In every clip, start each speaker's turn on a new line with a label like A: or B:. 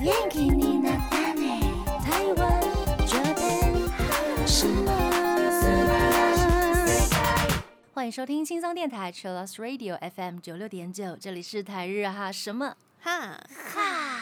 A: 元気になったね台湾这边什么？
B: 欢迎收听轻松电台 Chillus Radio FM 九六点九，这里是台日哈什么哈哈。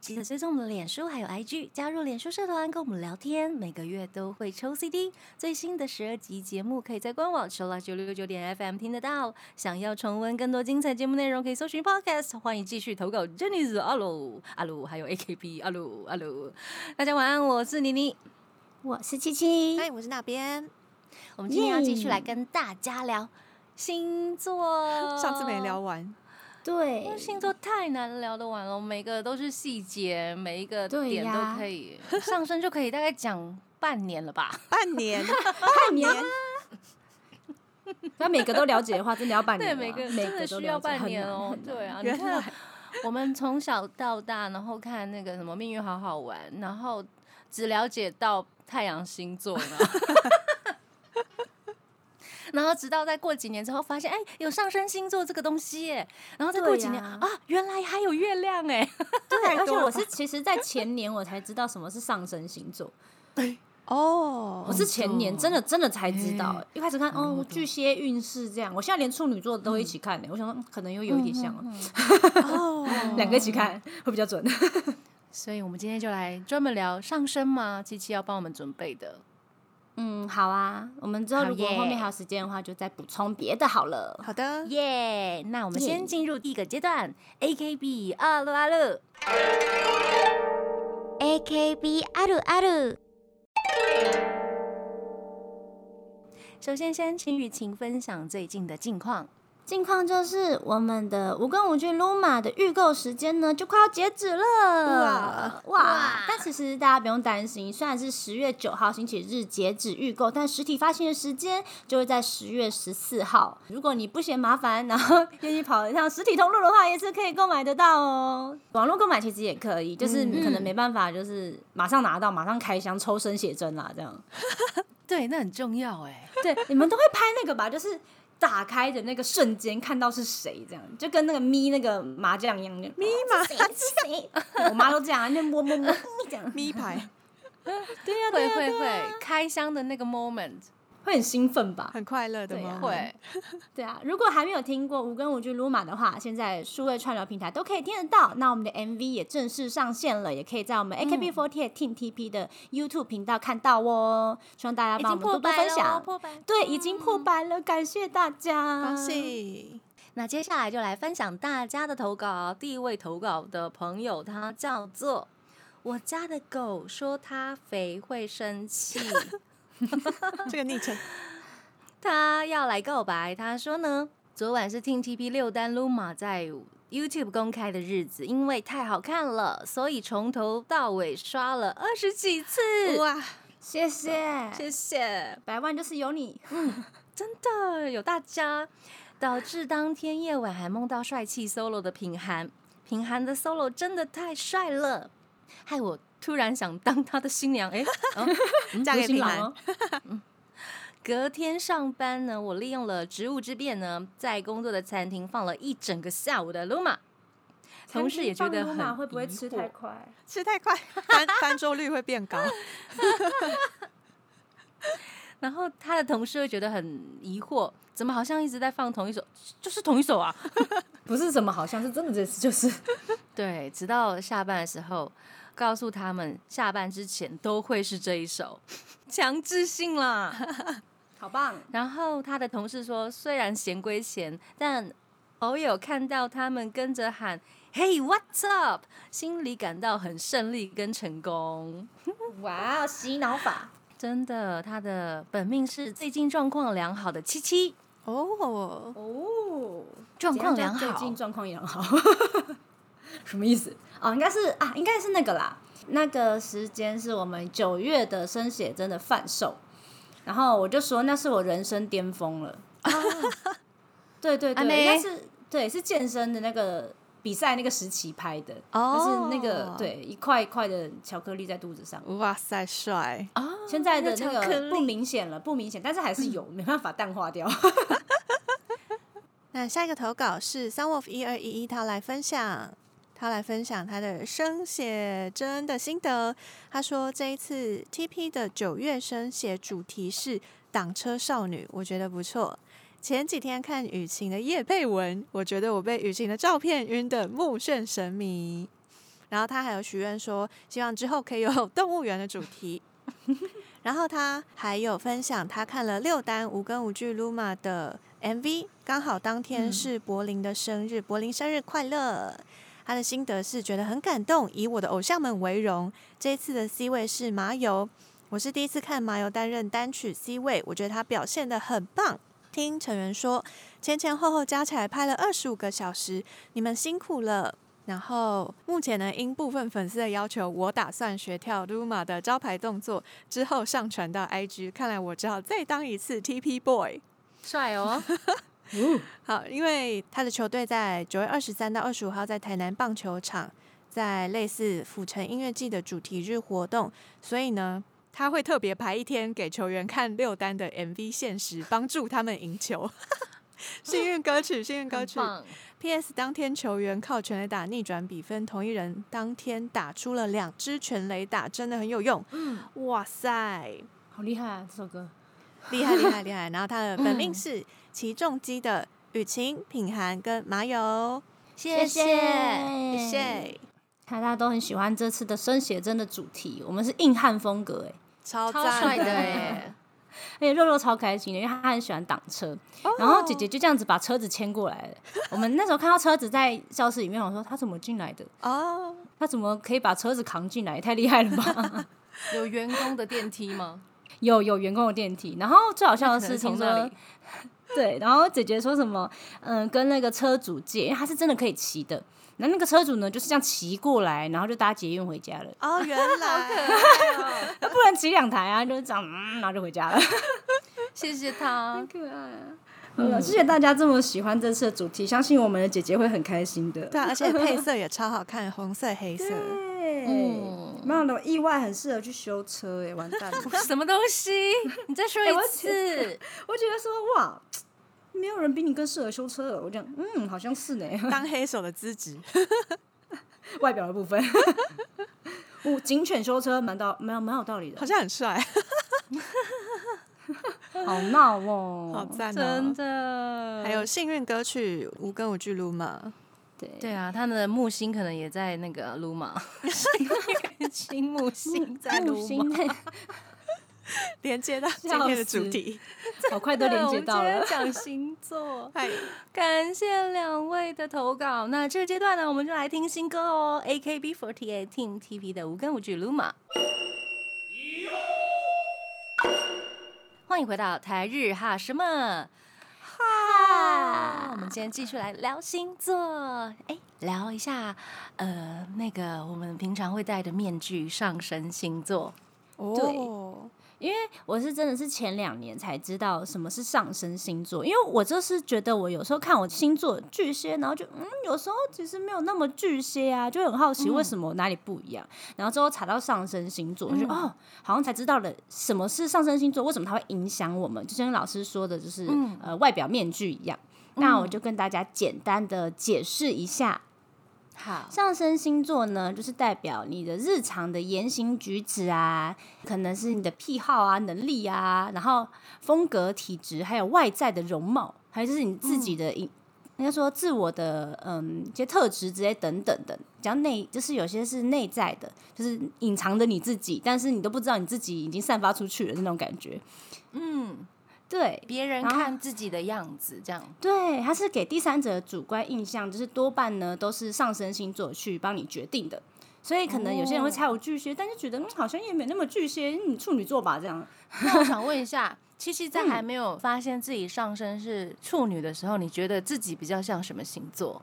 B: 记得追踪我们的脸书还有 IG，加入脸书社团跟我们聊天，每个月都会抽 CD。最新的十二集节目可以在官网 Chillus 九六九点 FM 听得到。想要重温更多精彩节目内容，可以搜寻 Podcast。欢迎继续投稿 Jenny's 阿鲁阿鲁，还有 AKB 阿鲁阿鲁。大家晚安，我是妮妮。
A: 我是七七，
B: 哎
C: 嗨，我是那边。嗯
B: 我们今天要继续来跟大家聊星座。
C: 上次没聊，完，
A: 对
B: 因为星座太难聊得完了，每个都是细节，每一个
A: 对
B: 点
A: 呀
B: 都可以上升，就可以大概讲半年了吧。
C: 半年，
A: 半年。 他每个都了解的话，真的要半年
B: 对，
A: 啊，
B: 每个
A: 每
B: 真的
A: 都
B: 需
A: 了
B: 要
A: 解
B: 半
A: 很
B: 年
A: 难
B: 哦
A: 很。难
B: 对啊，你
C: 原
B: 看我们从小到大，然后看那个什么《命运好好玩》，然后只了解到太阳星座 呢。 然后直到再过几年之后，发现哎，有上升星座这个东西耶。然后再过几年
A: 对呀
B: 啊原来还有月亮哎。
A: 对，而且
C: 多了
A: 我是其实，在前年我才知道什么是上升星座，
C: 哦
A: 我是前年真的真的才知道
B: 哎，
A: 一开始看哦巨蟹运势这样，我现在连处女座都一起看呢，我想说嗯可能又有一点像
B: 嗯
A: 哦，
C: 哦，
A: 两个一起看会比较准。
B: 所以我们今天就来专门聊上升嘛，七七要帮我们准备的。
A: 嗯，好啊，我们之后
B: 好
A: 如果
B: 耶
A: 后面还有时间的话，就再补充别的好了。
C: 好的，
B: 耶那我们
A: 啊耶
B: 先进入第一个阶段，AKB 二六二六。
D: AKB あるある
B: 首先，先请雨晴分享最近的近况。
A: 近况就是我们的无根无菌 Luma 的预购时间呢，就快要截止了。哇但其实大家不用担心，虽然是十月九号星期日截止预购，但实体发行的时间就会在十月十四号。如果你不嫌麻烦，然后愿意跑一趟实体通路的话，也是可以购买得到哦。网络购买其实也可以，就是可能没办法，就是马上拿到，马上开箱抽生写真啦，这样。
B: 对，那很重要哎。
A: 对，你们都会拍那个吧？就是打开的那个瞬间看到是谁，这样就跟那个咪那个麻将一样，咪麻将。谁我妈都这样啊，就摸摸摸咪这样，
C: 咪牌
A: 对呀、
B: 会
A: 对呀、
B: 会
A: 对呀
B: 会，开箱的那个 moment
A: 会很兴奋吧？
C: 很快乐的
A: 对啊
C: 吗？
B: 会。
A: 对啊，如果还没有听过无根无据 Luma 的话，现在数位串流平台都可以听得到。那我们的 MV 也正式上线了，也可以在
B: 嗯
A: 我们 AKB48 Team TP 的 YouTube 频道看到哦。希望大家
B: 已
A: 帮我
B: 经
A: 们多
B: 破百
A: 多分
B: 了哦，
A: 享。
B: 破百。
A: 对，已经破百了，感谢大家，
C: 恭喜！
B: 那接下来就来分享大家的投稿。第一位投稿的朋友，他叫做我家的狗，说它肥会生 气。
A: 嗯
C: 这个昵称，
B: 他要来告白，他说呢，昨晚是听 TP 六单 Luma 在 YouTube 公开的日子，因为太好看了，所以从头到尾刷了二十几次。
C: 哇，
A: 谢谢，
B: 谢谢，
A: 百万就是有你。
B: 真的有大家，导致当天夜晚还梦到帅气 solo 的品涵，品涵的 solo 真的太帅了，害我突然想当他的新娘。哎、哦
C: 嫁给
A: 新
C: 平
A: 郎
C: 安
A: 哦，
B: 隔天上班呢，我利用了职务之便呢，在工作的餐厅放了一整个下午的 Luma，同事也觉得很疑惑
A: 会不会吃太快？
C: 吃太快，翻翻桌率会变高。
B: 然后他的同事会觉得很疑惑，怎么好像一直在放同一首，就是同一首啊？
A: 不是什么，好像是真的，这次就是
B: 对，直到下班的时候，告诉他们下班之前都会是这一首，强制性啦。
A: 好棒。
B: 然后他的同事说，虽然闲归闲，但偶有看到他们跟着喊 “Hey, what's up”，心里感到很胜利跟成功。
A: 哇，哦洗脑法，
B: 真的，他的本命是最近状况良好的七七，
C: 哦，
A: 哦，
B: 状况良
A: 怎样叫最
B: 好
A: 近。状况良好， 什么意思？哦，应该是啊，应该是那个啦。那个时间是我们九月的生写真的贩售，然后我就说那是我人生巅峰了。 对对
B: 哦啊咩
A: 对，应该是对是健身的那个比赛那个时期拍的，
C: 哦
A: 就是那个对一块一块的巧克力在肚子上。
C: 哇塞，帅！
B: 哦
A: 现在的那
B: 巧克
A: 个不
B: 力
A: 明显了，不明显，但是还是有，没办法淡化掉。
C: 那下一个投稿是 Sun Wolf 一二一一，他来分享。他来分享他的生写真的心得。他说这一次 TP 的九月生写主题是挡车少女，我觉得不错。前几天看雨晴的叶佩文，我觉得我被雨晴的照片晕得目眩神迷。然后他还有许愿说，希望之后可以有动物园的主题。然后他还有分享，他看了六单无根无据 Luma 的 MV，刚好当天是柏林的生日，柏林生日快乐！他的心得是觉得很感动，以我的偶像们为荣。这一次的 C 位是麻油，我是第一次看麻油担任单曲 C 位，我觉得他表现的很棒。听成员说，前前后后加起来拍了二十五个小时，你们辛苦了。然后目前呢，因部分粉丝的要求，我打算学跳 Luma 的招牌动作，之后上传到 IG。看来我只好再当一次 TP Boy。
B: 帅哦，
C: 好，因为他的球队在九月二十三到二十五号在台南棒球场，在类似府城音乐季的主题日活动，所以呢，他会特别排一天给球员看六单的 MV 限时，帮助他们赢球。 幸运歌曲，幸运歌
B: 很
C: 曲。
B: 棒，
C: P.S. 当天球员靠全垒打逆转比分，同一人当天打出了两支全垒打，真的很有用。
B: 嗯，
C: 哇塞，
A: 好厉害啊！这首歌
C: 厉害厉害厉害！然后他的本
B: 嗯
C: 命是起重机的雨晴、品涵跟麻油，
B: 谢谢，
C: 谢谢，
A: 大家都很喜欢这次的生写真的主题，我们是硬汉风格哎，
C: 超
B: 超帅
C: 赞
B: 的耶，
A: 而且肉肉超开心的，因为他很喜欢挡车，
C: 哦
A: 然后姐姐就这样子把车子牵过来了。我们那时候看到车子在教室里面，我说他怎么进来的？
C: 哦！
A: 他怎么可以把车子扛进来？太厉害了吧！
B: 有员工的电梯 吗？
A: 有有员工的电梯，然后最好笑的
B: 可能
A: 是
B: 从
A: 听
B: 那
A: 说
B: 里，
A: 对，然后姐姐说什么，嗯，跟那个车主借，因为他是真的可以骑的。然后那个车主呢，就是这样骑过来，然后就搭捷运回家了，
C: 哦，原来
A: 不能骑两台啊，就是这样，嗯，然后就回 家了。
B: 谢谢他，
A: 可爱、啊。谢谢大家这么喜欢这次的主题，相信我们的姐姐会很开心的。
C: 对啊， 而且配色也超好看，红色、黑色。
A: 对，
B: 嗯
A: 没想到意外很适合去修车、哎，完蛋了！
B: 什么东西？你再说
A: 哎我
B: 一次，
A: 我觉得说哇，没有人比你更适合修车了。我讲，嗯，好像是呢。
C: 当黑手的资质，
A: 外表的部分， 我警犬修车蛮道，蛮有蛮有道理的
C: 好。像很帅，
A: 好闹哦，
C: 好赞
B: 真
C: 哦！
B: 的，
C: 还有幸运歌曲《无根无据》鲁马，
A: 对
B: 对啊，他的木星可能也在那个鲁 马，金木星在
A: 木
B: 鲁马，
A: 星内，
C: 连接到今天的主题。，
A: 好快都连接到
B: 对我
A: 了
B: 们。今天讲星座
C: 嗨，
B: 感谢两位的投稿。那这个阶段呢，我们就来听新歌哦，AKB48 Team TP 的《无根无据》鲁马。欢迎回到台日哈什么哈？我们今天继续来聊星座，哎，聊一下呃，那个我们平常会戴的面具上升星座。
C: 哦，
A: 因为我是真的是前两年才知道什么是上升星座，因为我就是觉得我有时候看我星座巨蟹，然后就嗯，有时候其实没有那么巨蟹啊，就很好奇为什么我哪里不一样。
B: 嗯
A: 然后之后查到上升星座，我就、哦，好像才知道了什么是上升星座，为什么它会影响我们，就像老师说的，就是、
B: 嗯
A: 呃外表面具一样。那我就跟大家简单的解释一下
B: 好，
A: 上升星座呢，就是代表你的日常的言行举止啊，可能是你的癖好啊、能力啊，然后风格、体质，还有外在的容貌，还有就是你自己的应、应该说自我的嗯一些特质之类等等的。比较内，就是有些是内在的，就是隐藏着你自己，但是你都不知道你自己已经散发出去了那种感觉。
B: 嗯，
A: 对，
B: 别人
A: 然后
B: 看自己的样子，这样
A: 对，它是给第三者的主观印象，就是多半呢都是上升星座去帮你决定的。所以可能有些人会猜我巨蟹，但是觉得嗯好像也没那么巨蟹，你处女座吧这样。
B: 那我想问一下，七七在还没有发现自己上身是处女的时候，你觉得自己比较像什么星座？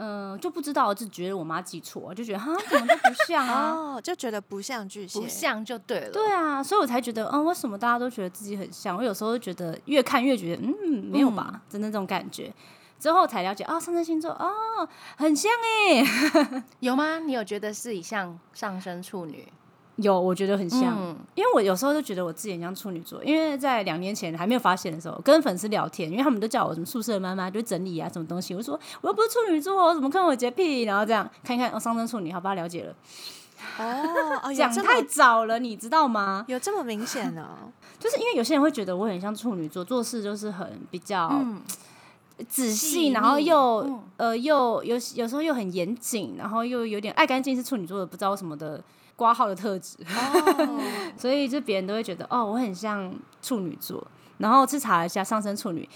A: 嗯、就不知道，就觉得我妈记错，就觉得哈怎么都不像啊。
C: 哦，就觉得不像巨蟹，
B: 不像就对了。
A: 对啊，所以我才觉得，嗯，为什么大家都觉得自己很像？我有时候觉得越看越觉得，嗯，没有吧，的那种感觉。之后才了解，哦，上升星座，哦，很像哎、
B: 有吗？你有觉得自己像上身处女？
A: 有，我觉得很像，
B: 嗯
A: 因为我有时候就觉得我自己很像处女座，因为在两年前还没有发现的时候，跟粉丝聊天，因为他们都叫我什么宿舍妈妈，就整理啊什么东西，我就说我又不是处女座，我怎么看我洁癖？然后这样看一看，哦，上升处女，好吧，了解了，
C: 哦，哦，有
A: 讲
C: 这
A: 太
C: 么
A: 早了，你知道吗？
C: 有这么明显 哦，
A: 就是因为有些人会觉得我很像处女座，做事就是很比较
B: 嗯，
A: 仔
B: 细
A: 细，
B: 腻
A: 然后又、
B: 嗯
A: 呃又有有时候又很严谨，然后又有点爱干净，是处女座的不知道什么的挂号的特质，
C: 哦，
A: 所以就别人都会觉得哦，我很像处女座。然后去查了一下上升处女，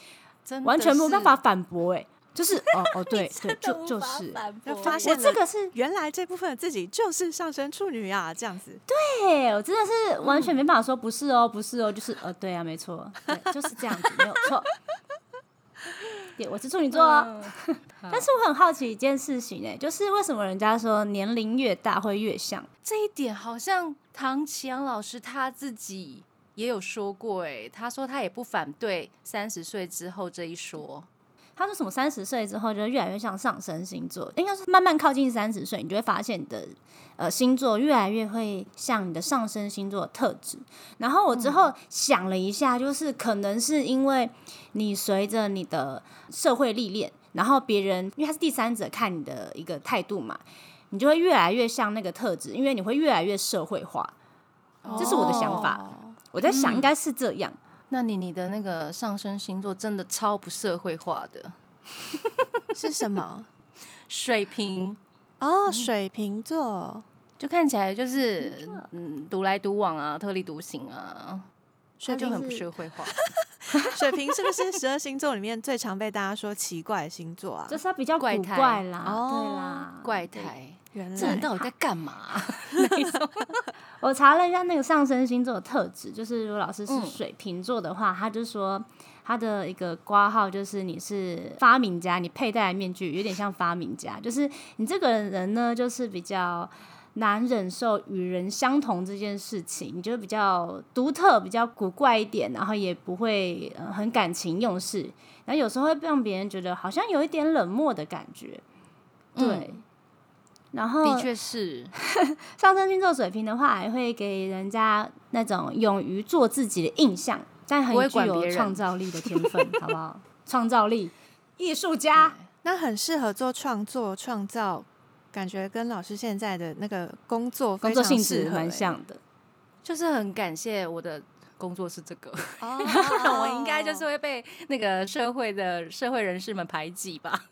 B: 真的
A: 完全没有
B: 是
A: 办法反驳哎、就是哦 哦对对
B: 真的
A: 就
B: 无
A: 就
B: 法
A: 是，
B: 反
C: 那
B: 驳
C: 发
A: 我
C: 现
A: 这
C: 了
A: 个是
C: 原来这部分的自己就是上升处女啊，这样子，
A: 对我真的是完
B: 嗯
A: 全没办法说不是哦不是哦，就是呃对啊没错，对就是这样子没有错。对，我是处女座哦。
B: 嗯
A: 但是我很好奇一件事情哎、就是为什么人家说年龄越大会越像？
B: 这一点好像唐奇阳老师他自己也有说过、欸，他说他也不反对三十岁之后这一说，
A: 他说什么三十岁之后就越来越像上升星座，应该是慢慢靠近三十岁，你就会发现你的呃星座越来越会像你的上升星座的特质。然后我之后想了一下，就是可能是因为你随着你的社会历练，然后别人因为他是第三者看你的一个态度嘛，你就会越来越像那个特质，因为你会越来越社会化。这是我的想法
B: 哦
A: 我在想，应该是这样。
B: 那你你的那个上升星座真的超不社会化的，
C: 是什么？
B: 水瓶
C: 哦，水瓶座，
B: 就看起来就是嗯独来独往啊，特立独行啊，
C: 水
B: 就
C: 瓶
B: 很不
C: 是
B: 社会 化。
C: 水瓶是不是十二星座里面最常被大家说奇怪的星座啊
A: 就？是他比较古
B: 怪胎
A: 怪啦，
C: 哦
A: 对啦，
B: 啊怪胎，
C: 原
B: 这人
C: 来
B: 到底在干嘛 啊、
A: 我查了一下那个上升星座的特质，就是如果老师是
B: 嗯
A: 水瓶座的话，他就说他的一个挂号就是你是发明家，你佩戴的面具有点像发明家，就是你这个人呢，就是比较。难忍受与人相同这件事情，你就比较独特、比较古怪一点，然后也不会、呃、很感情用事，然后有时候会让别人觉得好像有一点冷漠的感觉。对，
B: 嗯
A: 然后
B: 的确是，
A: 上升星座水平的话，也会给人家那种勇于做自己的印象，但很
B: 不会
A: 具
B: 管别
A: 有
B: 人
A: 创造力的天分，好不好？创造力，艺术家，
C: 那很适合做创作创造，感觉跟老师现在的那个工作
A: 工
C: 非
A: 作
C: 常
A: 性
C: 适
A: 质
C: 合欸
A: 蛮像的。
B: 就是很感谢我的工作是这个。
C: 哦
B: 我应该就是会被那个社会的社会人士们排挤吧，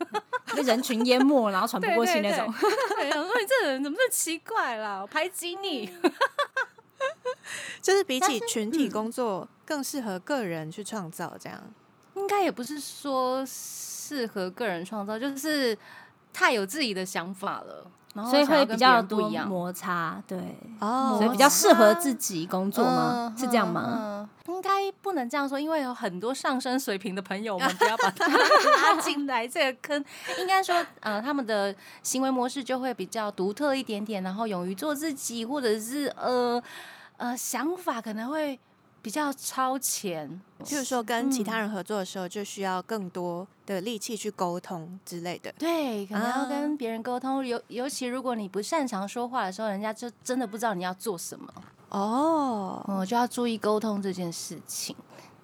A: 被人群淹没，然 后喘不过气那种。
B: 对。我说你这人怎么这么奇怪啦？我排挤你。
A: 嗯
C: 就是比起群体工作，更适合个人去创造这样。
B: 应该也不是说适合个人创造，就是太有自己的想法了，然后
A: 所以
B: 想要
A: 会
B: 跟
A: 比
B: 别人
A: 较
B: 不
A: 多
B: 一样。
A: 摩擦，对，
C: 哦
A: 所以比较适合自己工作吗？
B: 嗯
A: 是这样吗？？
B: 嗯嗯应该不能这样说，因为有很多上升水平的朋友 们，不要把他拉进来这个坑。应该说，呃，他们的行为模式就会比较独特一点点，然后勇于做自己，或者是呃呃想法可能会比较超前。
C: 譬如说跟其他人合作的时候，就需要更多的力气去沟通之类的。
B: 对，可能要
C: 啊
B: 跟别人沟通，尤、尤其如果你不擅长说话的时候，人家就真的不知道你要做什么。
C: 哦，
B: 嗯，就要注意沟通这件事情。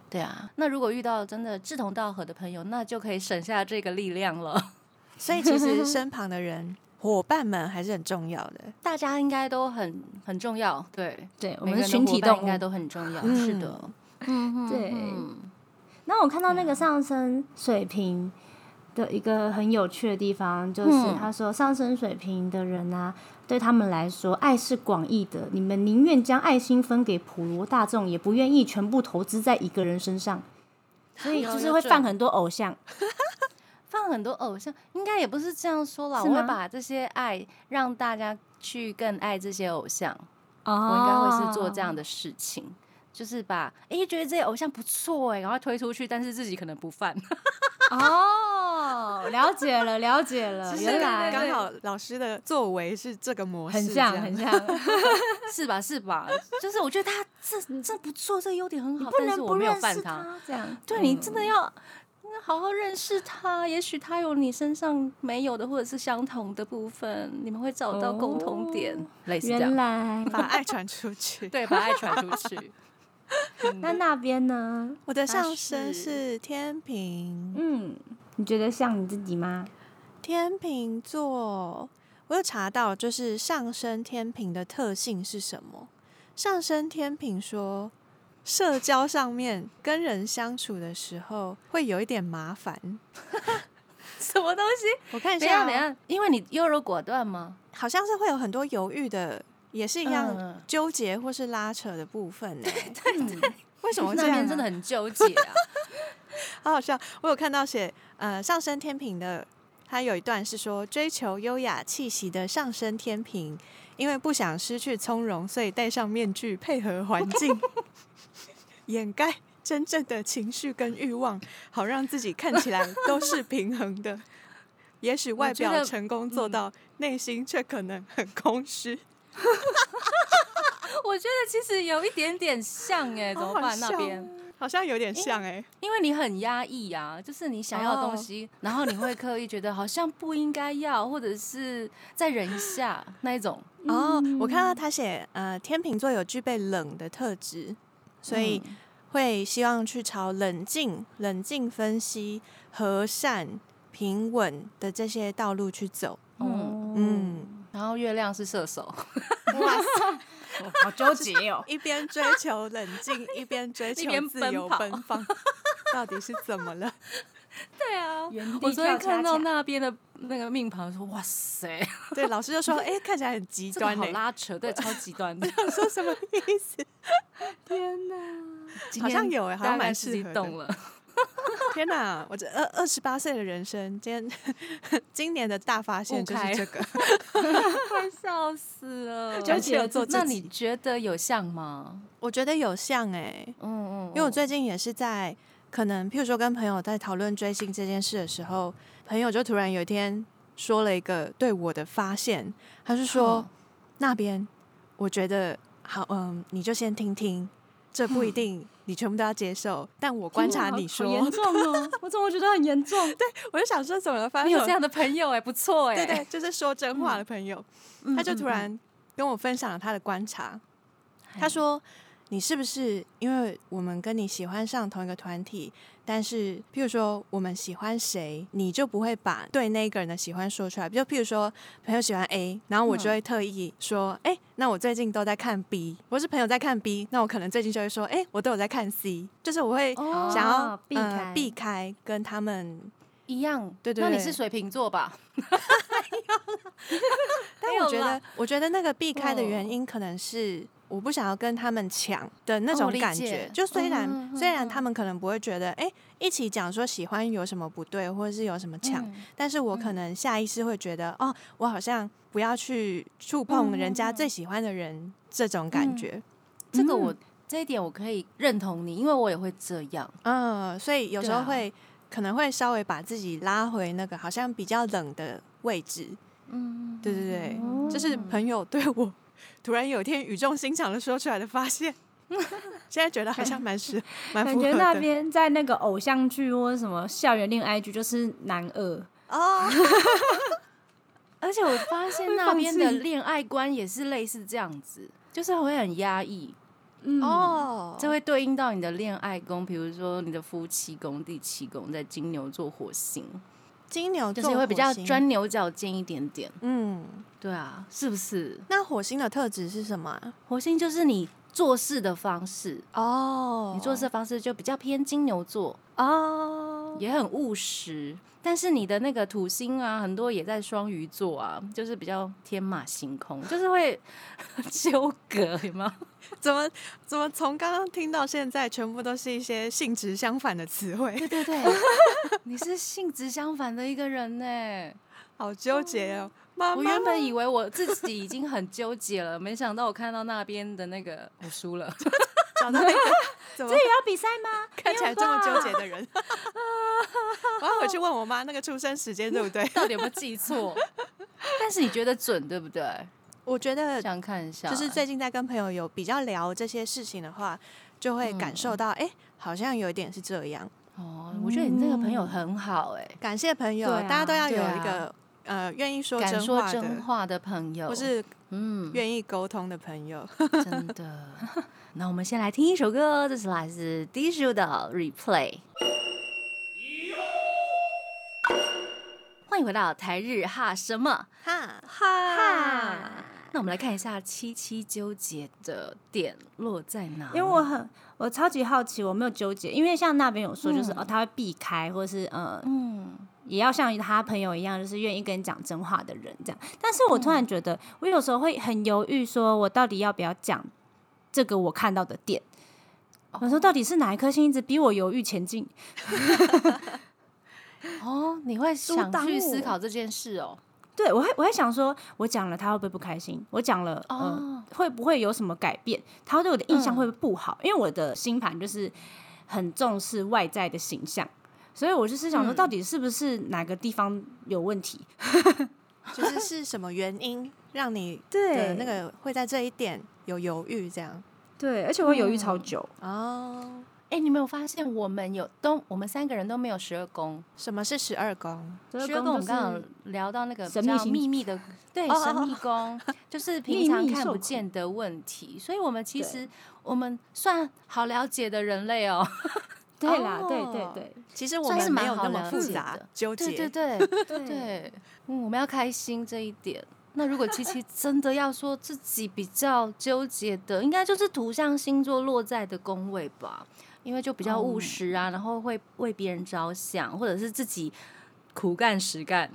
B: 对啊，那如果遇到真的志同道合的朋友，那就可以省下这个力量了。
C: 所以其实身旁的人伙伴们还是很重要的。
B: 大家应该都很很重要，对，
A: 对，我
B: 每
A: 们
B: 个
A: 是
B: 人
A: 群
B: 的伙伴
A: 体动
B: 应该
A: 物。
B: 都很重要，
C: 嗯
B: 是的，嗯
A: 对
B: 嗯啊
A: 那我看到那个上升水平的一个很有趣的地方，就是
B: 嗯
A: 他说上升水平的人啊，对他们来说，爱是广义的，你们宁愿将爱心分给普罗大众，也不愿意全部投资在一个人身上，所以
B: 哦
C: 有
A: 就是
C: 有
A: 会
C: 这
A: 犯很多偶像。
B: 放很多偶像，应该也不是这样说啦，
A: 是
B: 我会
A: 吗
B: 把这些爱让大家去更爱这些偶像，
A: 哦，
B: 我应该会是做这样的事情。就是把诶觉得这些偶像不错诶，然后推出去，但是自己可能不犯，
A: 哦，了解了，了解了，
B: 其实
A: 哦原来
B: 对对
C: 刚好老师的作为是这个模式，
A: 很像，很
C: 像。
A: 像，
B: 是吧？是吧？就是我觉得他这这不错，这个优点很好，
A: 不
B: 但
A: 能
B: 是我
A: 不
B: 没有
A: 认
B: 犯
A: 识他，这样。
B: 对你真的要那好好认识他，也许他有你身上没有的，或者是相同的部分，你们会找到共同点，
A: 哦
B: 类似这
A: 原
B: 样。
A: 来，
C: 把爱传出去。
B: 对，把爱传出去。
A: 那那边呢？
C: 我的
B: 它
C: 上身
B: 是
C: 是天平，
A: 嗯，你觉得像你自己吗？
C: 天平座，我有查到，就是上升天平的特性是什么？上升天平说，社交上面跟人相处的时候会有一点麻烦。
B: 什么东西？
C: 我看一
B: 等一
C: 下
B: 下，等一
C: 哦，
B: 下，因为你优柔果断吗？
C: 好像是会有很多犹豫的，也是一样
B: 嗯
C: 纠结或是拉扯的部分呢、为什么这
B: 那
C: 样、
B: 边
C: 啊？
B: 真的很纠结啊。
C: 好好笑。我有看到写呃上升天平的，他有一段是说追求优雅气息的上升天平，因为不想失去从容，所以戴上面具配合环境， 掩盖真正的情绪跟欲望，好让自己看起来都是平衡的。也许外
B: 我觉
C: 表
B: 得嗯
C: 成功做到，内心却可能很空虚。
B: 我觉得其实有一点点像哎、怎
C: 好
B: 么
C: 好
B: 办？
C: 笑
B: 那边，
C: 好像有点像哎、
B: 因为你很压抑啊，就是你想要的东西，然后你会刻意觉得好像不应该要，或者是再忍一下那一种。
C: 哦，我
B: 嗯
C: 看到他写，呃，天秤座有具备冷的特质，所以
B: 嗯
C: 会希望去朝冷静、冷静分析、和善、平稳的这些道路去走。
B: 嗯，
A: 嗯，
C: 嗯，
B: 然后月亮是射手，嗯
A: 好纠结哦。
C: 一边追求冷静，一边追
B: 一
C: 求
B: 边
C: 自
B: 奔
C: 由
B: 跑
C: 奔 放，到底是怎么了？
B: 对啊
A: 原地
B: 我昨天
A: 跳恰
B: 看到
A: 恰
B: 那边的那个命盘，说哇塞，
C: 对，老师就说，哎、看起来很极
B: 这个
C: 端
B: 好
C: 呢、
B: 拉扯，对，超极端的。
C: 我说什么意思？
A: 天哪，
B: 今
C: 好像
B: 天
C: 有欸好
B: 大
C: 像
B: 概
C: 蛮
B: 自
C: 适
B: 己
C: 合的
B: 动了。
C: 天哪！我这二二十八岁的人生，今天 今年的大发现
B: 悟
C: 就是
B: 开
C: 这个。
B: 快笑死 了！
C: 纠结地做自己
B: 那你觉得有像 吗？
C: 我觉得有像哎、
B: 嗯嗯，
C: 因为我
B: 嗯
C: 最近也是在可能，譬如说跟朋友在讨论追星这件事的时候，朋友就突然有一天说了一个对我的发现，他是说、
B: 嗯
C: 那边我觉得好，嗯，你就先听听，这不
B: 嗯
C: 一定你全部都要接受，但我观察你
A: 好
C: 说
A: 严，重哦， 我怎么觉得很严重？对，
C: 我就想说怎么 了，发
B: 你
C: 现
B: 有
C: 我
B: 这样的朋友哎、不错哎、
C: 对对，就是说真话的朋友，
B: 嗯
C: 他就突
B: 嗯
C: 然跟我分享了他的观察。
B: 嗯
C: 他说：“你是不是因为我们跟你喜欢上同一个团体，但是譬如说我们喜欢谁，你就不会把对那个人的喜欢说出来？就譬如说朋友喜欢 A，然后我
B: 嗯
C: 就会特意说：‘哎、那我最近都在看 B，我是朋友在看 B，那我可能最近就会说：‘哎、我都有在看 C。’就是我会
B: 哦
C: 想要、
A: 避
C: 呃
A: 开
C: 避开跟他们，
B: 一样，
C: 对对
B: 那你
C: 对
B: 是水瓶座吧？
C: 但
B: 没
C: 我
B: 有
C: 觉得
B: 啦，
C: 我觉得那个避开的原
B: 嗯
C: 因可能是。”我不想要跟他们抢的那
B: 哦
C: 种
B: 我理
C: 感觉，
B: 解
C: 就虽然、
B: 嗯嗯嗯
C: 虽然
B: 嗯
C: 他们可能不会觉得，哎、一起讲说喜欢有什么不对，或者是有什么抢，
B: 嗯
C: 但是我可能下意识会觉得，哦，我好像不要去
B: 嗯
C: 触碰人家最喜欢的人、这种感觉，
B: 这个我、这一点我可以认同你，因为我也会这样。
C: 嗯所以有时候
B: 对啊
C: 会、可能会稍微把自己拉回那个好像比较冷的位置，
B: 嗯，
C: 对对对，
A: 哦
C: 这是朋友对我突然有一天语重心长的说出来的发现， 现在觉得好像蛮是蛮
A: 感
C: 符合
A: 觉
C: 的
A: 那边在那个偶像剧或者什么校园恋爱剧，就是男二。
C: 哦，
B: 而且我 发现
A: 会
B: 那
A: 放
B: 边的
A: 弃
B: 恋爱观也是类似这样子，就是会很压抑，
A: 嗯，
C: 哦
B: 这会对应到你的恋爱宫，比如说你的夫妻宫、第七宫在金牛座火星，
C: 金牛
B: 哦就
C: 座
B: 是会比
C: 火
B: 较
C: 星，
B: 钻牛角尖一点点。
C: 嗯，
B: 对啊，是不是？
C: 那火星的特质是什么啊？
B: 火星就是你做事的方式，
C: 哦
B: 你做事的方式就比较偏金牛座，
C: 哦，
B: 也很务实。但是你的那个土星啊，很多也在双鱼座啊，就是比较天马行 空，就是会纠葛，有没有？
C: 怎么怎么从刚刚听到现在，全部都是一些性质相反的词汇，
B: 对 对，你是性质相反的一个人呢、
C: 好纠结哦。妈妈，
B: 我原本以为我自己已经很纠结了，没想到我看到那边的那个，我输 了。？
C: 找到那个 怎么
A: 这也要比赛吗？
C: 看起来这么纠结的人， 我要回去问我妈那个出生时间对不对
B: 到底有没有记错？但是你觉得准对不对？
C: 我觉得
B: 想看一下，
C: 就是最近在跟朋友
B: 嗯
C: 有比较聊这些事情的话，就会感受到，哎、好像有一点是这样。
B: 哦，我觉得你这个朋友很好哎、
C: 感谢朋友，
B: 对啊
C: 大家都要
B: 对
C: 有
B: 啊
C: 一个、呃愿意说
B: 敢
C: 真
B: 说
C: 话的，
B: 真话的朋友，
C: 或是
B: 嗯，
C: 愿意沟通的朋友。
B: 真的。那我们先来听一首歌哦，这是来自 d i s h u 的 Replay。欢迎回到台日哈什么
C: 哈，
B: 哈？那我们来看一下七七纠结的点落在哪？
A: 因为我很我超级好奇，我没有纠结，因为像那边有说，就是、哦，他会避开，或是呃，
B: 嗯，
A: 也要像他朋友一样，就是愿意跟你讲真话的人这样。但是我突然嗯觉得，我有时候会很犹豫，说我到底要不要讲这个我看到的点。我说到底是哪一颗星一直逼我犹豫前进？
B: 哦，你会想
A: 挡
B: 去
A: 我
B: 思考这件事哦。
A: 对我会我会想说，我讲了他会不会不开心？我讲了，嗯、
B: 哦
A: 会不会有什么改变？他对我的印象
B: 嗯
A: 会不会不好？因为我的星盘就是很重视外在的形象，所以我就是想说，
B: 嗯
A: 到底是不是哪个地方有问题？
C: 就是是什么原因让你的
A: 对
C: 那个会在这一点有犹豫这样？
A: 对，而且我会犹豫超久。
C: 哦，
B: 哎、你没有发现我们有都我们三个人都没有十二宫？
C: 什么是十二宫？
B: 十二宫我们刚刚有聊到那个比
A: 神秘
B: 较
A: 星
B: 秘密的，对
C: 哦哦哦
B: 神秘宫， 就是平
A: 秘
B: 常
A: 密
B: 看
A: 受
B: 不
A: 苦
B: 见的问题，所以我们其
A: 对
B: 实我们算好了解的人类哦，
A: 对啦，
C: 哦
A: 对对对，
C: 其实我
B: 算是
C: 们没
B: 蛮
C: 有
B: 好
C: 那么
B: 了
C: 复
B: 解
C: 杂
B: 的
C: 纠结，
B: 对对对对，嗯，我们要开心这一点。那如果七七真的要说自己比较纠结的，应该就是图像星座落在的宫位吧，因为就比较务实啊，然后会为别人着想，或者是自己苦干实 干。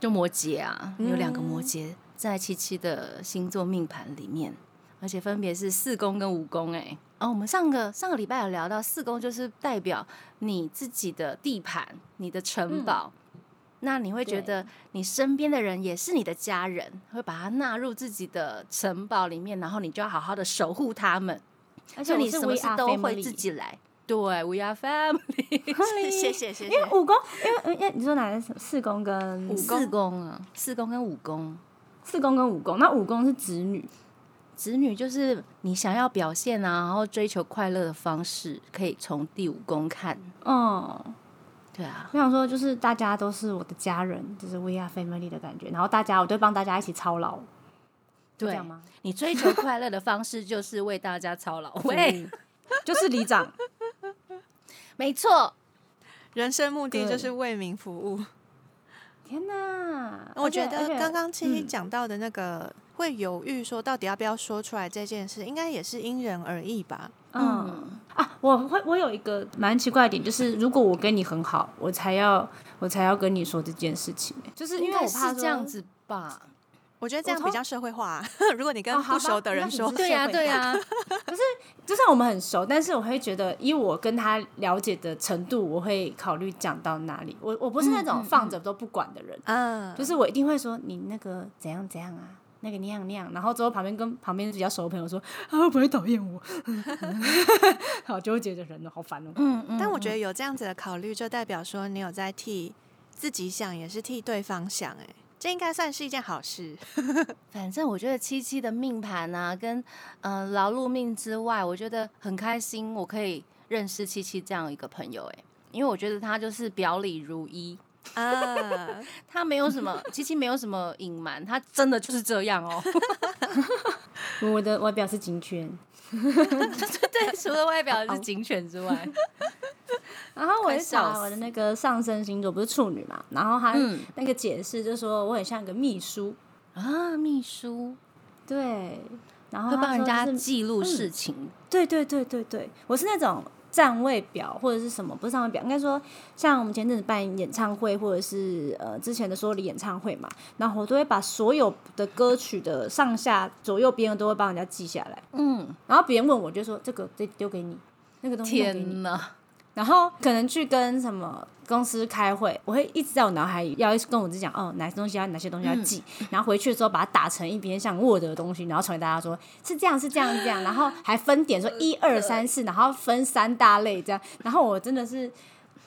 B: 就摩羯啊，有两个摩羯在七七的星座命盘里面，而且分别是四宫跟五宫。哎，哦，我们上个上个礼拜有聊到四宫，就是代表你自己的地盘、你的城堡。那你会觉得你身边的人也是你的家人，会把它纳入自己的城堡里面，然后你就要好好的守护他们。
A: 而
B: 就
A: 且我
B: 你
A: 是
B: 什么
A: We
B: 事
A: Are
B: 都会
A: Family
B: 自。己来。对，We are family。
C: 谢谢谢
A: 因
C: 谢
A: 为。武功，因为因为你说哪个四宫跟
C: 武功
B: 四宫啊，四宫跟五宫，
A: 四宫跟武功，那武功是子女，
B: 子女就是你想要表现啊，然后追求快乐的方式，可以从第五宫看。
A: 哦、
B: 对啊，
A: 我想说，就是大家都是我的家人，就是 We are family 的感觉。然后大家，我都会帮大家一起操劳，就这
B: 对
A: 样吗？
B: 你追求快乐的方式就是为大家操 劳。喂，
A: 就是里长，
B: 没错，
C: 人生目的就
A: 对
C: 是为民服务。
A: 天哪！
C: 我觉
A: 哦而且
C: 得刚刚七七
A: 嗯
C: 讲到的那个会犹豫说到底要不要说出来这件事，应该也是因人而异吧。
A: 嗯啊，我会我有一个蛮奇怪的点，就是如果我跟你很好，我才要我才要跟你说这件事情，欸就是因为我
B: 应
A: 怕
B: 该是这样
A: 说。
B: 子 吧？
C: 我觉得这样
A: 我
C: 比
A: 通
C: 较社会化。 如果你跟
A: 哦好
C: 不
A: 吧
C: 熟的人
A: 那你
C: 说，
A: 是
B: 对呀、对呀、
A: 就算我们很熟，但是我会觉得，以我跟他了解的程度，我会考虑讲到哪里。我我不是那
B: 嗯嗯
A: 种放着都不管的人，
C: 嗯，
A: 就是我一定会说你那个怎样怎样啊，那个那样那样，然后之后旁边跟旁边比较熟的朋友说，啊他会不会讨厌我？ 好纠结的人哦，好烦哦。
B: 嗯嗯
C: 但我觉得有这样子的考虑，就代表说你有在替自己想，也是替对方想、哎，这应该算是一件好 事。
B: 反正我觉得七七的命盘啊，跟呃劳碌命之外，我觉得很开心，我可以认识七七这样一个朋友、欸，因为我觉得他就是表里如一，
C: 啊，
B: 他没有什 么七七没有什么隐瞒，他真的就是这样哦。
A: 我的我表示警犬，
B: 对，除了外表是警犬之外，
A: 然后我
B: 快
A: 就
B: 笑
A: 查我的那个上升星座不是处女嘛，然后他
B: 嗯
A: 那个解释就说我很像一个秘书，
B: 啊，秘书
A: 对，然后
B: 会
A: 他
B: 帮人
A: 说
B: 家嗯
A: 就是
B: 记录事情，
A: 对对对对对，我是那种站位表或者是什么，不是站位表，应该说像我们前阵子办演唱会，或者是呃之前的所有的演唱会嘛，然后我都会把所有的歌曲的上下左右边都会帮人家记下来，
B: 嗯，
A: 然后别人问我就说这个这丢给你，那个东西丢给你，
B: 天哪，
A: 然后可能去跟什么公司开会，我会一直在我脑海里要一直跟我自己讲哦，哪些东西要哪些东西要记，然后回去之后把它打成一篇像 Word 的东西，然后传给大家说是这样是这样是这样，然后还分点说一二三四，然后分三大类这样，然后我真的是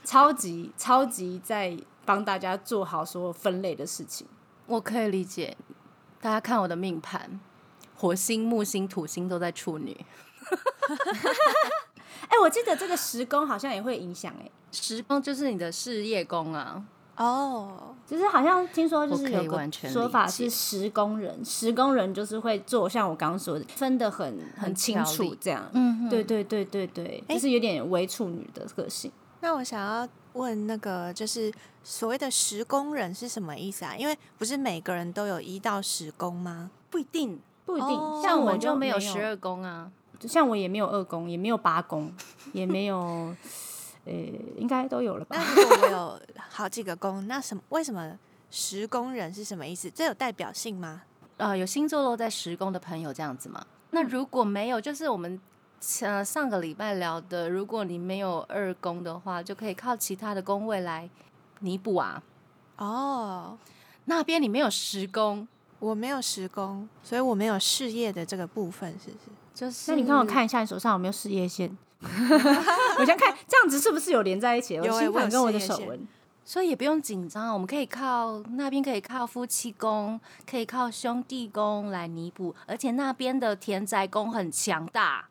A: 超级超级在帮大家做好所有分类的事情。
B: 我可以理解。大家看我的命盘，火星、木星、土星都在处女，
A: 哎、我记得这个时工好像也会影响，哎，
B: 时工就是你的事业工啊，
C: 哦，
A: 就是好像听说就
B: 我
A: 是
B: 可以
A: 有个
B: 完全
A: 说法
B: 理解
A: 是时工人，时工人就是会做像我刚刚说的，分得很很清
B: 条
A: 楚
B: 理
A: 这样。
B: 嗯
A: 对，对对对对，
C: 哎
A: 就是有点微处女的个性。
C: 那我想要问那个，就是所谓的十工人是什么意思啊？因为不是每个人都有一到十工吗？
B: 不一定，
A: 不一定，
C: 哦
A: 像
B: 我
A: 我
B: 就没
A: 没
B: 有十二宫啊，
A: 像我也没有二宫，也没有八宫，也没有，呃，应该都有了
B: 啊
A: 吧？
C: 那如果我 有好几个工，那什么为什么十工人是什么意思？这有代表性吗？
B: 呃，有星座落在十宫的朋友这样子嘛？那如果没有，就是我们呃上个礼拜聊的，如果你没有二宫的话，就可以靠其他的宫位来弥补啊。
C: 哦，
B: 那边你没有十宫，
C: 我没有十工，所以我没有事业的这个部分，是不是？
B: 就是
A: 那你看我看一下你手上有没有事业线？ 我想看这样子是不是有连在一起？
C: 有
A: 我
C: 欸
A: 心
C: 我有
A: 盘跟我的
C: 事业
A: 手
C: 线
A: 纹，
B: 所以也不用紧张啊，我们可以靠那边可以靠夫妻宫，可以靠兄弟宫来弥补，而且那边的田宅宫很强大，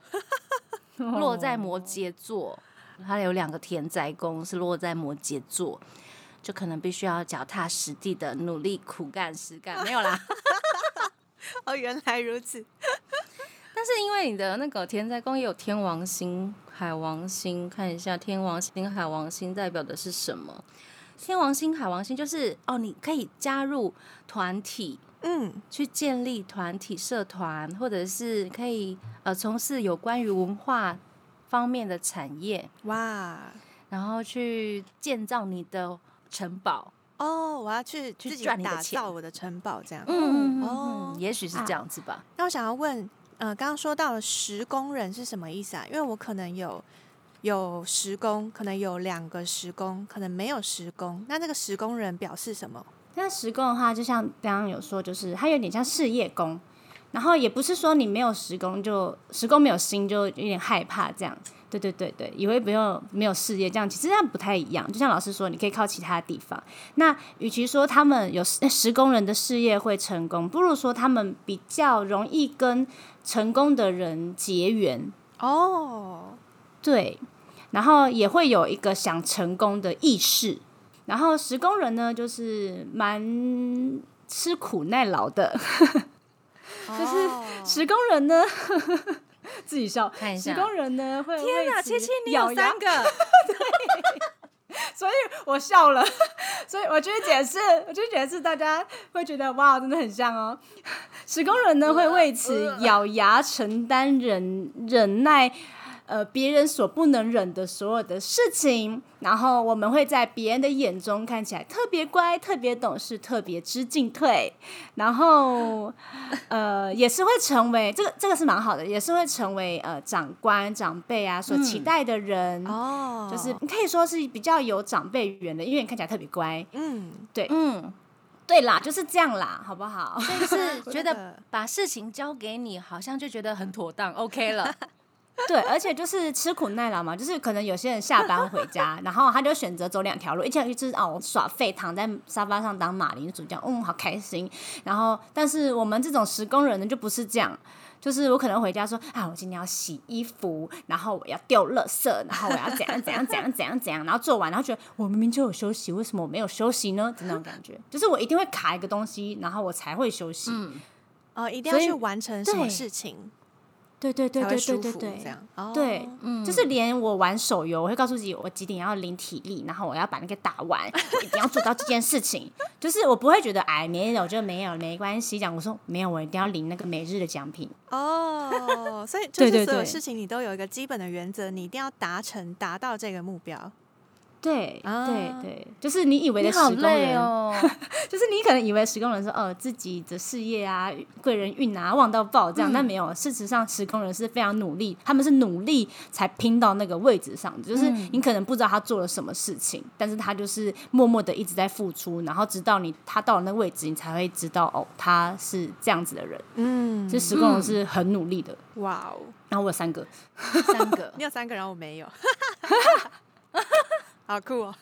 B: 落在摩羯座，它有两个田宅宫是落在摩羯座，就可能必须要脚踏实地的努力苦干实干，没有啦。
C: 哦，原来如此。
B: 但是因为你的那个田宅宫也有天王星、海王星，看一下天王星、海王星代表的是什么？天王星、海王星就是哦，你可以加入团体，
C: 嗯，
B: 去建立团体社团，或者是可以呃从事有关于文化方面的产业，
C: 哇，
B: 然后去建造你的城堡。
C: 哦，我要去
B: 去
C: 自己
B: 赚你的
C: 打
B: 钱
C: 造我的城堡，这样。
B: 嗯嗯
C: 哦
B: 嗯，也许是这样子吧。
C: 那我想要问，呃，刚刚说到了十工人是什么意思啊？因为我可能有有十工，可能有两个十工，可能没有十工。那这个十工人表示什么？
A: 那十宫的话，就像刚刚有说，就是它有点像事业宫，然后也不是说你没有十宫就十宫没有心就有点害怕这样。对对对对，以为没有没有事业这样，其实那不太一样。就像老师说，你可以靠其他地方。那与其说他们有十十宫人的事业会成功，不如说他们比较容易跟成功的人结缘。
C: 哦，
A: 对，然后也会有一个想成功的意识。然后石工人呢，就是蛮吃苦耐劳的。
B: 哦
C: 就是
A: 石工人呢， 自己笑。
B: 看一下
A: 石工人呢会天
B: 哪切切你有三
A: 个，所以我笑了。 所以我就解释，我就解释，大家会觉得哇，真的很像哦。石工人呢会为此咬牙承担忍忍耐。呃，别人所不能忍的所有的事情，然后我们会在别人的眼中看起来特别乖、特别懂事、特别知进退，然后呃，也是会成为这个这个是蛮好的，也是会成为呃长官、长辈啊所期待的人，
C: 哦，
A: 嗯就是可以说是比较有长辈缘的，因为你看起来特别乖。
C: 嗯，
B: 嗯，
A: 对啦，就是这样啦，好不好？
B: 所以 是觉
C: 真
B: 得
C: 的
B: 把事情交给你，好像就觉得很妥当，OK 了。
A: 对，而且就是吃苦耐劳嘛，就是可能有些人下班回家，然后他就选择走两条路，一条就是哦耍废，躺在沙发上当马铃薯这样，嗯，好开心。然后，但是我们这种时工人呢，就不是这样。就是我可能回家说啊，我今天要洗衣服，然后我要丢垃圾，然后我要怎样怎样怎样怎样怎样，然后做完，然后觉得我明明就有休息，为什么我没有休息呢？就那种感觉，就是我一定会卡一个东西，然后我才会休息。
B: 嗯，
C: 哦，一定要
A: 所以
C: 去完成什么
A: 对
C: 事情
A: 对对对
C: 才会
A: 对对
C: 舒
A: 对
C: 服，
A: 对
C: 这，样。哦
A: 对，
B: 嗯
A: 就是连我玩手游，我会告诉自己我几点要零体力，然后我要把那个打 完，我一定要做到这件事情。就是我不会觉得哎没有就没有没关系，讲我说没有，我一定要领那个每日的奖品。
C: 哦，所以就
A: 对
C: 是
A: 对
C: 所有
A: 对
C: 事情你都有一个基本的原则，你一定要达成达到这个目标。
A: 对、
C: 啊
A: 对对，就是你以为
B: 你
A: 的
B: 好
A: 时工
B: 累
A: 人，
B: 哦。
A: 就是你可能以为时工人说哦自己的事业啊、贵人运啊旺到爆这样，但没有。事实上，时工人是非常努力，他们是努力才拼到那个位置上的。就是你可能不知道他做了什么事情，但是他就是默默的一直在付出，然后直到你他到了那个位置，你才会知道哦他是这样子的人。
C: 嗯
A: 就时工人是很努力的。
C: 哇哦，
A: 然后我有三个，
B: 三个
C: 你有三个，然后我 没有，好酷哦！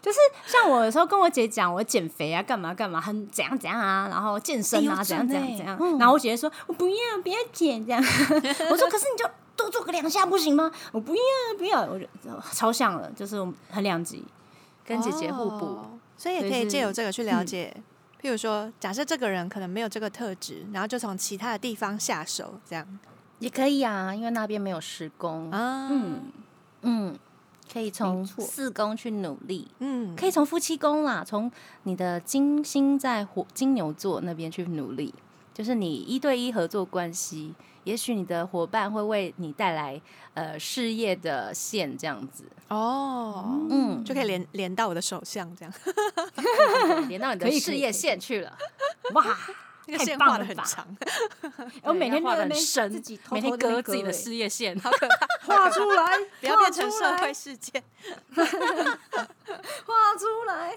A: 就是像我有时候跟我姐讲我减肥啊，干嘛干嘛，很怎样怎样啊，然后健身
B: 哎
A: 啊，
B: 有
A: 怎
B: 准
A: 样怎
B: 欸
A: 样怎样，然后我姐姐说我不要不要减这样，我说可是你就多做个两下不行吗？我不要不要，我就呃超像了，就是我们很两极。
B: 跟姐姐互补。
C: 哦所以也
A: 所以
C: 可以借
A: 是
C: 由这个去了解。譬如说，假设这个人可能没有这个特质，然后就从其他的地方下手，这样
B: 也可以啊，因为那边没有施工。
C: 啊，
A: 嗯，
B: 嗯，可以从
A: 没错
B: 四宫去努力，
C: 嗯，
B: 可以从夫妻宫啦，从你的金星在火金牛座那边去努力，就是你一对一合作关系，也许你的伙伴会为你带来呃事业的线这样 子，
C: 哦，
B: 嗯，
C: 就可以连连到我的手相这样，
B: 连到你
A: 可
B: 的
A: 以可以
B: 事业线去了。
A: 哇，
C: 那个
A: 太
C: 线
A: 棒
C: 画的
A: 了
C: 很
A: 吧
C: 长，
A: 我每天都
B: 画
A: 在那
B: 的
A: 边
B: 深，
A: 自己偷
B: 每
A: 偷
B: 天
A: 在那边
B: 割自己的
A: 欸
B: 事业线，
C: 好可怕，
A: 画出来，
C: 不要
A: 画
C: 变成
A: 出
C: 社
A: 来
C: 会事件。
A: 画出 来。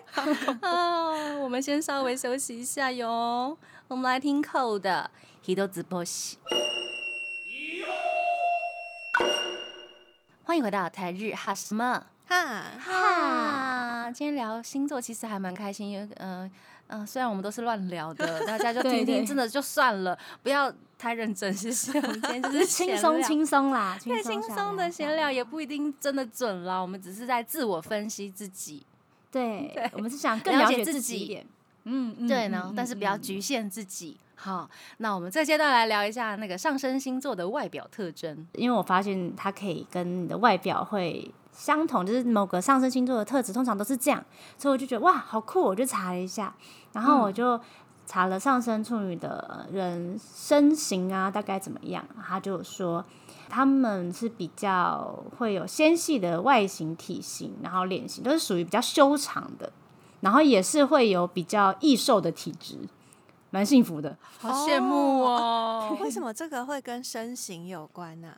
B: 啊， 我们先稍微休息一下哟。我们来听 Code 的《h i d o z b o s h 欢迎回到台日哈什么
C: 哈，
B: 哈？今天聊星座其实还蛮开心，因为嗯嗯，虽然我们都是乱聊 的，大家就
A: 对
B: 听
A: 对
B: 听，真的就算了，不要太认真，谢谢。我们今天就
A: 只是
B: 是
A: 轻
B: 闲
A: 松
B: 聊
A: 轻松嗯啦，轻
B: 对，轻
A: 下
B: 松
A: 来
B: 的闲聊。也不一定真的准啦，我们只是在自我分析自己。
A: 对
B: 对，
A: 我们是想更
B: 了
A: 了
B: 解
A: 解
B: 自
A: 自
B: 己
A: 己一点。嗯，嗯
B: 对，
A: 嗯
B: 然后
A: 嗯
B: 但是不要
A: 嗯
B: 局限自己。好，那我们这阶段来聊一下那个上升星座的外表特征。
A: 因为我发现它可以跟你的外表会相同，就是某个上升星座的特质通常都是这样，所以我就觉得哇，好酷！我就查了一下，然后我就查了上升处女的人身形啊，大概怎么样，他就说。他们是比较会有纤细的外形、体型，然后脸型都是属于比较修长的，然后也是会有比较易瘦的体质，蛮幸福的。
B: 好
C: 羡慕
B: 哦！
C: 为什么这个会跟身形有关啊呢？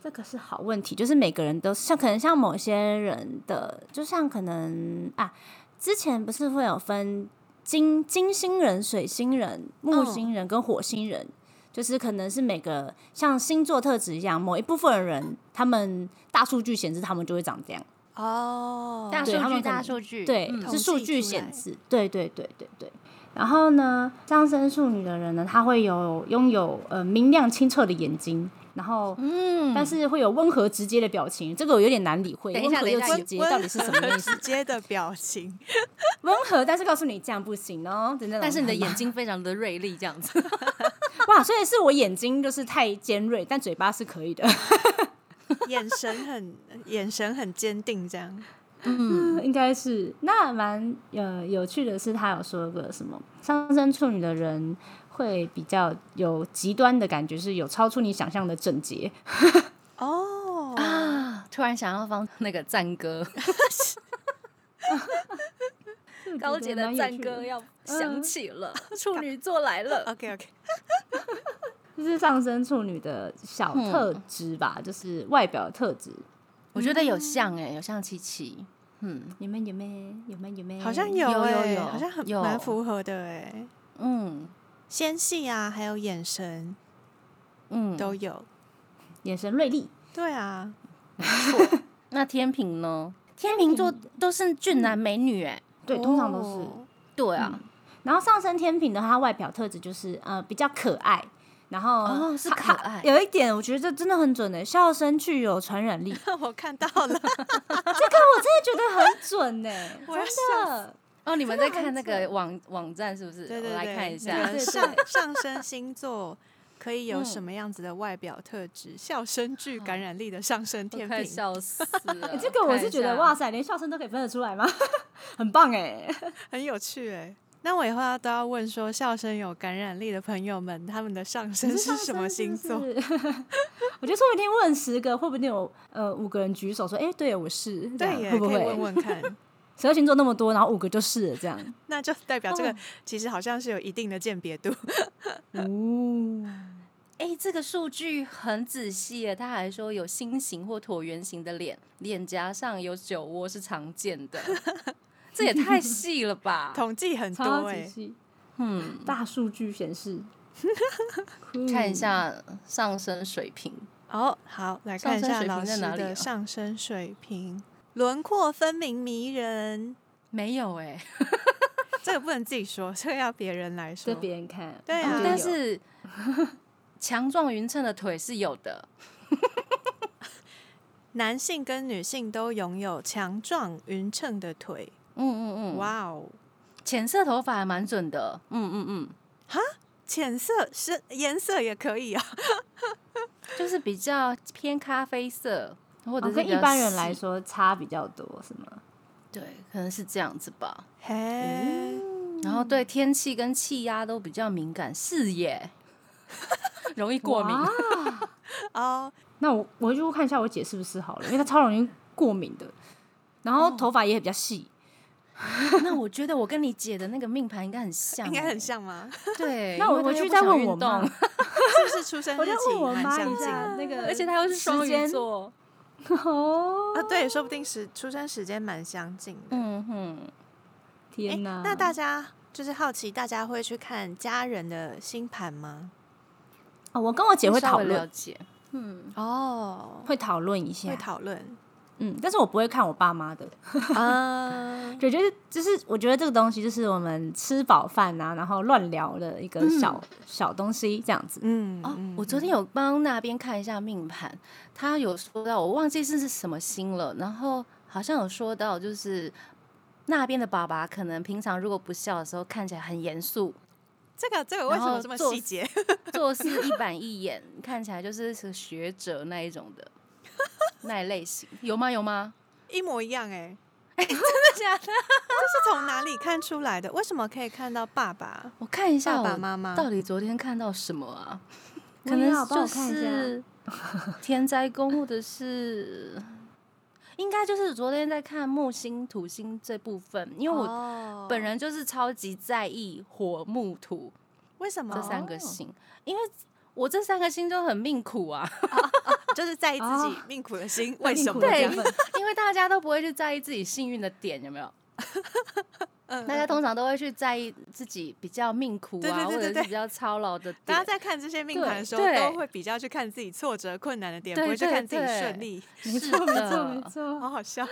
A: 这个是好问题，就是每个人都像可能像某些人的，就像可能啊，之前不是会有分金金星人、水星人、木星人跟火星人，就是可能是每个像星座特质一样，某一部分人他们大数据显示他们就会长这样，
C: 哦，
B: 大数
A: 对他
B: 据，
A: 们可
B: 大
A: 能
B: 数据，
A: 对，
B: 嗯
A: 是数
C: 统计
A: 据
C: 出来
A: 显示，对对对对对。然后呢，上升处女的人呢，他会有拥有呃明亮清澈的眼睛，然后
B: 嗯，
A: 但是会有温和直接的表情，这个我有点难理会。
B: 等一下
A: 温和又
B: 等一下
A: 直接到底是什么意思
C: 直？接的表情，
A: 温和，但是告诉你这样不行哦。真的，
B: 但是你的眼睛非常的锐利，这样子。
A: 哇，所以是我眼睛就是太尖锐，但嘴巴是可以的，
C: 眼神很眼神很坚定，这样
B: 嗯，
A: 应该是。那蛮呃有趣的是，他有说个什么上升处女的人会比较有极端的感觉，是有超出你想象的整洁。
C: 哦
B: 啊，突然想要放那个赞歌， 高洁的赞歌要响起了，处女座来了。
C: ，OK OK，
A: 就是上升处女的小特质吧，就是外表的特质。
B: 我觉得有像哎，有像琪琪，嗯
A: 有没有？有没有？有没有？有嗯没有？
C: 好像
B: 有
C: 哎，
B: 有
C: 好像很
B: 有
C: 蛮符合的哎，
B: 嗯
C: 纤细啊，还有眼神
B: 嗯，
C: 都有，
A: 眼神锐利。
C: 对啊，
B: 那天平呢？天平座都是俊男美女哎、
A: 对，通常都是。
C: 哦
B: 对啊，
A: 然后上升天平的话，它外表特质就是呃比较可爱，然后
B: 哦是
A: 它
B: 可
A: 它
B: 爱
A: 有一点我觉得这真的很准的、欸笑声具有传染力，这
C: 哦 我看到了，
A: 个我真的觉得很准呢、
C: 我要
A: 真的。
B: 哦，你们在看
A: 很
B: 那个网网站是不是？
C: 对对
B: 我来
C: 对
B: 看一
C: 每个
B: 下
A: 对。对
C: 上上升星座可以有
B: 嗯
C: 什么样子的外表特质？笑声具感染力的上升
B: 我
C: 天
B: 快
C: 平，
B: 笑 死了！
A: 这个我
B: 看
A: 是
B: 一
A: 觉得
B: 下
A: 哇，塞，连笑声都可以分得出来吗？很 棒哎、
C: 很有趣哎、那我以后要都要问说，笑声有感染力的朋友们，他们的上升是什么星座？
A: 是不是 我觉得说不定问十个，会不会有呃五个人举手说，哎、对 我是，这样
C: 对耶，
A: 会不
C: 可以问
A: 会？
C: 问看。
A: 十二星座那么多，然后五个就是了这样。
C: 那就代表这个其实好像是有一定的鉴别度。 嗯
A: 哦，
B: 哎、这个数据很仔细耶，他还说有心形或椭圆形的脸，脸颊上有酒窝是常见 的，这也太细了吧？
C: 统计很多
A: 超
C: 哎、
A: 级细，
B: 嗯，
A: 大数据显 示。
B: 看一下上升水平，
C: 哦，好，来看一
B: 上升
C: 下
B: 水平
C: 老
B: 在
C: 师
B: 哪里啊
A: 哦
C: 的上升水平，轮廓分明迷人。
B: 没有哎、
C: 这个不能自己说， 这个要别人来说
A: 对。别人看，
C: 对啊
A: 就
B: 但
A: 有
B: 是强壮匀称的腿是有的，
C: 男性跟女性都拥有强壮匀称的腿。
B: 嗯嗯嗯，哇，
C: 哇哦，
B: 浅色头发还蛮准的。嗯嗯嗯，
C: 浅色是颜色也可 以啊。
B: 就是比较偏咖啡色，或者
A: 哦
B: 是、
A: 跟一般人来，说差比较多，是吗？
B: 对，可能是这样子吧。
C: 嘿，
B: 然后对天气跟气压都比较敏感，视野 容易过敏。
A: 哇
C: 哦，
A: 那我我就看一下我姐是不是好了，因为她超容易过敏的，然后头发也比较细。
B: 那我觉得我跟你姐的那个命盘应该很像、欸
C: 应该很。像 吗？
B: 对，
A: 那
B: 因
A: 我
B: 为她
A: 回
B: 又
A: 去
B: 不
A: 再
B: 常
A: 问
B: 运
A: 我妈
B: 动，
C: 是不是出生
A: 我
C: 日
A: 就问
C: 期
A: 我
C: 蛮
A: 妈
C: 相
A: 一
C: 近
A: 下
C: 的？
A: 那个，
B: 而且她又是双
A: 时
B: 鱼
A: 间
B: 座。
A: 哦，
C: 啊，对，说不定时出生时间蛮相近的。
B: 嗯哼，
C: 诶
A: 天哪！
C: 那大家就是好奇，大家会去看家人的星盘吗？
A: 哦我跟我姐会
B: 稍
A: 讨
B: 微了
A: 论，
B: 解。
A: 嗯，
C: 哦，
A: 会讨论一下
B: 啊
C: 会，讨论
A: 嗯，但是我不会看我爸妈的。
C: 啊，
A: 对，就是就是，我觉得这个东西就是我们吃饱饭啊，然后乱聊的一个小、小东西，这样子。
C: 嗯
B: 哦
C: 嗯，
B: 我昨天有帮那边看一下命盘，他有说到，我忘记是是什么星了，然后好像有说到，就是那边的爸爸可能平常如果不笑的时候，看起来很严肃，
C: 这个这个为什
B: 然
C: 么
B: 后
C: 这么
B: 做
C: 细 节？
B: 做事一板一眼，看起来就是是学者那一种 的那一类型，有吗？有吗？
C: 一模一样哎，
B: 真的假 的？
C: 这是从哪里看出来的？为什么可以看到爸爸？
B: 我看一下
C: 爸
B: 我
C: 爸妈妈
B: 到底昨天看到什么 啊？
A: 我
B: 可
A: 也要
B: 能
A: 帮
B: 就
A: 我看一下
B: 是 天灾宫，或者是应该就是昨天在看木星、土星这部分，因为
C: 哦
B: 我
C: 我
B: 本人就是超级在意火、木、土
C: 为什么
B: 这三个星，因为我这三个星就很命苦啊，
C: 就是在意自己
A: 哦
C: 命苦的心？为什么
A: 命苦的
C: 这
B: 对
C: 样？，
B: 因为大家都不会去在意自己幸运的点，有 没有？
C: 嗯
B: 大家通常都会去在意自己比较命苦
C: 对对对
B: 啊，或者
C: 对对
B: 是比较操劳的
C: 大家
B: 点。
C: 在看这些命盘的时候，
B: 对对
C: 都会比较去看自己挫折、困难的点，
B: 对
C: 不会去
B: 对
C: 看自己
B: 对
C: 顺利。
A: 没
B: 是
A: 错没错
B: 的
A: 没错。
C: 好好笑！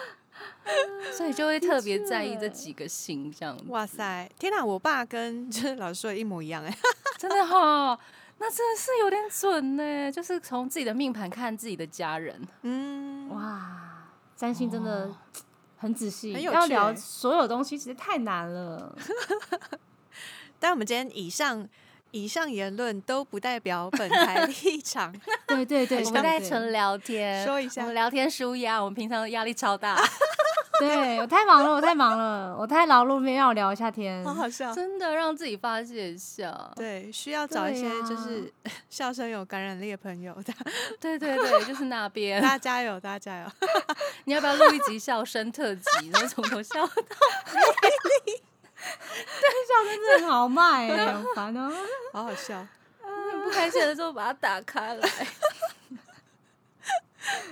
B: 所以就会特别在意
A: 的
B: 这
A: 确
B: 几个星，这样子。
C: 哇塞，天哪！我爸跟 就是老师说的一模一样哎，
B: 真的哈、那真的是有点准呢，就是从自己的命盘看自己的家人，
C: 嗯，
A: 哇，占星真的
B: 哦
A: 很仔细，
C: 很有趣
A: 要聊
C: 欸
A: 所有东西实在太难 了。
C: 但我们今天以上以上言论都不代表本台立场。
A: 对对对，
B: 我们在
A: 对
B: 纯聊天，
C: 说一下
B: 我们聊天舒压，我们平常压力超大，
A: 对我太忙了，我太 忙了，我太劳碌，没让我聊一下天
C: 好。好笑。
B: 真的让自己发泄一下。
C: 对，需要找一
A: 对
C: 些
A: 呀
C: 就是 笑声有感染力的朋友，大
B: 对对对，就是那边
C: 大，家加油，大家加油！
B: 你要不要录一集笑声特辑？然后从头笑到
A: 笑声真的很好 卖欸，很烦哦。
C: 好好笑。
B: 不 开心的时候把它打开来。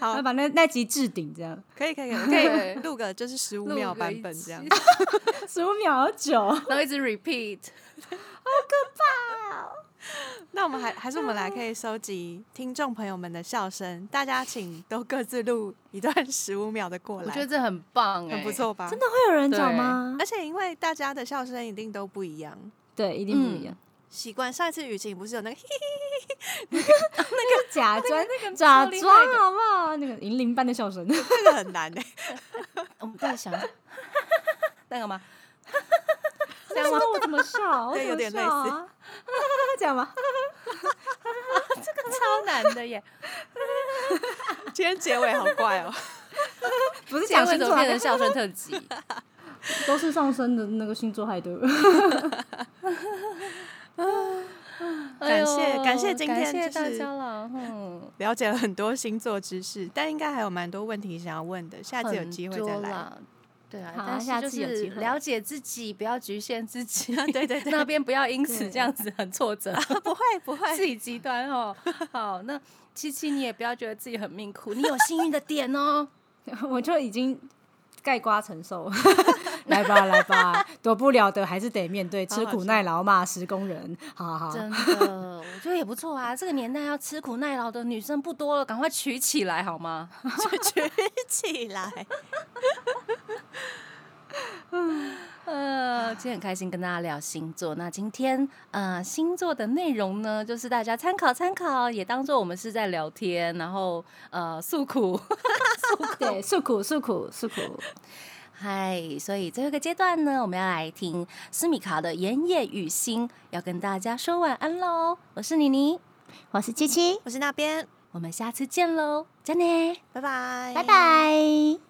A: 要把那那集置顶这样，
C: 可以，可以，可以，可以
B: 对
C: 录个就是十五
B: 录
C: 秒
B: 个
C: 版
B: 一
C: 本这
B: 集
C: 样。
A: 十五秒好久。
B: 然后一 直 repeat，
C: 那我们还还是我们来可以收集听众朋友们的笑声，大家请都各自录一段十五秒的过
B: 我
C: 来，
B: 觉得这很棒哎、
C: 很不。错吧？
A: 真的，会有人找吗
C: 而？且因为大家的笑声一定都不一样。
A: 对，嗯一定不一样。
C: 习惯上一次雨晴不是有那个 嘿
A: 那个假装，那个假装好不好？那个银铃般的笑声，
C: 那个很难哎、
B: 哦我们 再想一下那个吗？
A: 这样吗？ 我怎么笑？我
C: 对
A: 怎
C: 有
A: 么
C: 点类似
A: 笑啊？ 这样吗？
B: 超难的耶！
C: 今天结尾好怪哦、
A: 不是
B: 下
A: 讲
B: 为
A: 星
B: 怎
A: 座
B: 么
A: 啊，
B: 变成笑声特 辑？
A: 都是上升的那个星座害的。
B: 哎
C: 感
B: 呦
C: 谢感谢今天
B: 感谢
C: 就
B: 大
C: 是
B: 家了，嗯，
C: 了解了很多星座知识，但应该还有蛮多问题想要问的，下次有机会再
B: 很多
C: 来。
B: 啦。对啊，
A: 好
B: 但是
A: 下
B: 就
A: 次有
B: 是
A: 机会
B: 了解自己，不要局限自己。
C: 对对对
B: 那边不要因此
A: 对
B: 这样子很挫折，
C: 不会不
B: 自
C: 会，
B: 己极端哦。好，那七七你也不要觉得自己很命苦，你有幸运的点 哦。
A: 我就已经盖瓜承受， 来吧来吧，躲不了的还是得面对，
C: 好好
A: 吃苦耐劳嘛，石工人，好好好。
B: 真的，我觉得也不错啊。这个年代要吃苦耐劳的女生不多了，赶快娶起来好吗？
C: 举 起来。
B: 呃，今天很开心跟大家聊星座。那今天呃星座的内容呢，就是大家参考参考，也当做我们是在聊天，然后呃诉苦。
A: 对，诉苦诉苦诉苦，
B: 嗨，所以最后一个阶段呢，我们要来听斯米卡的《言叶与星》，要跟大家说晚安喽。我是妮妮，
A: 我是七七，
C: 我是那边，
B: 我们下次见喽，再见。
C: 拜拜，
A: 拜。拜。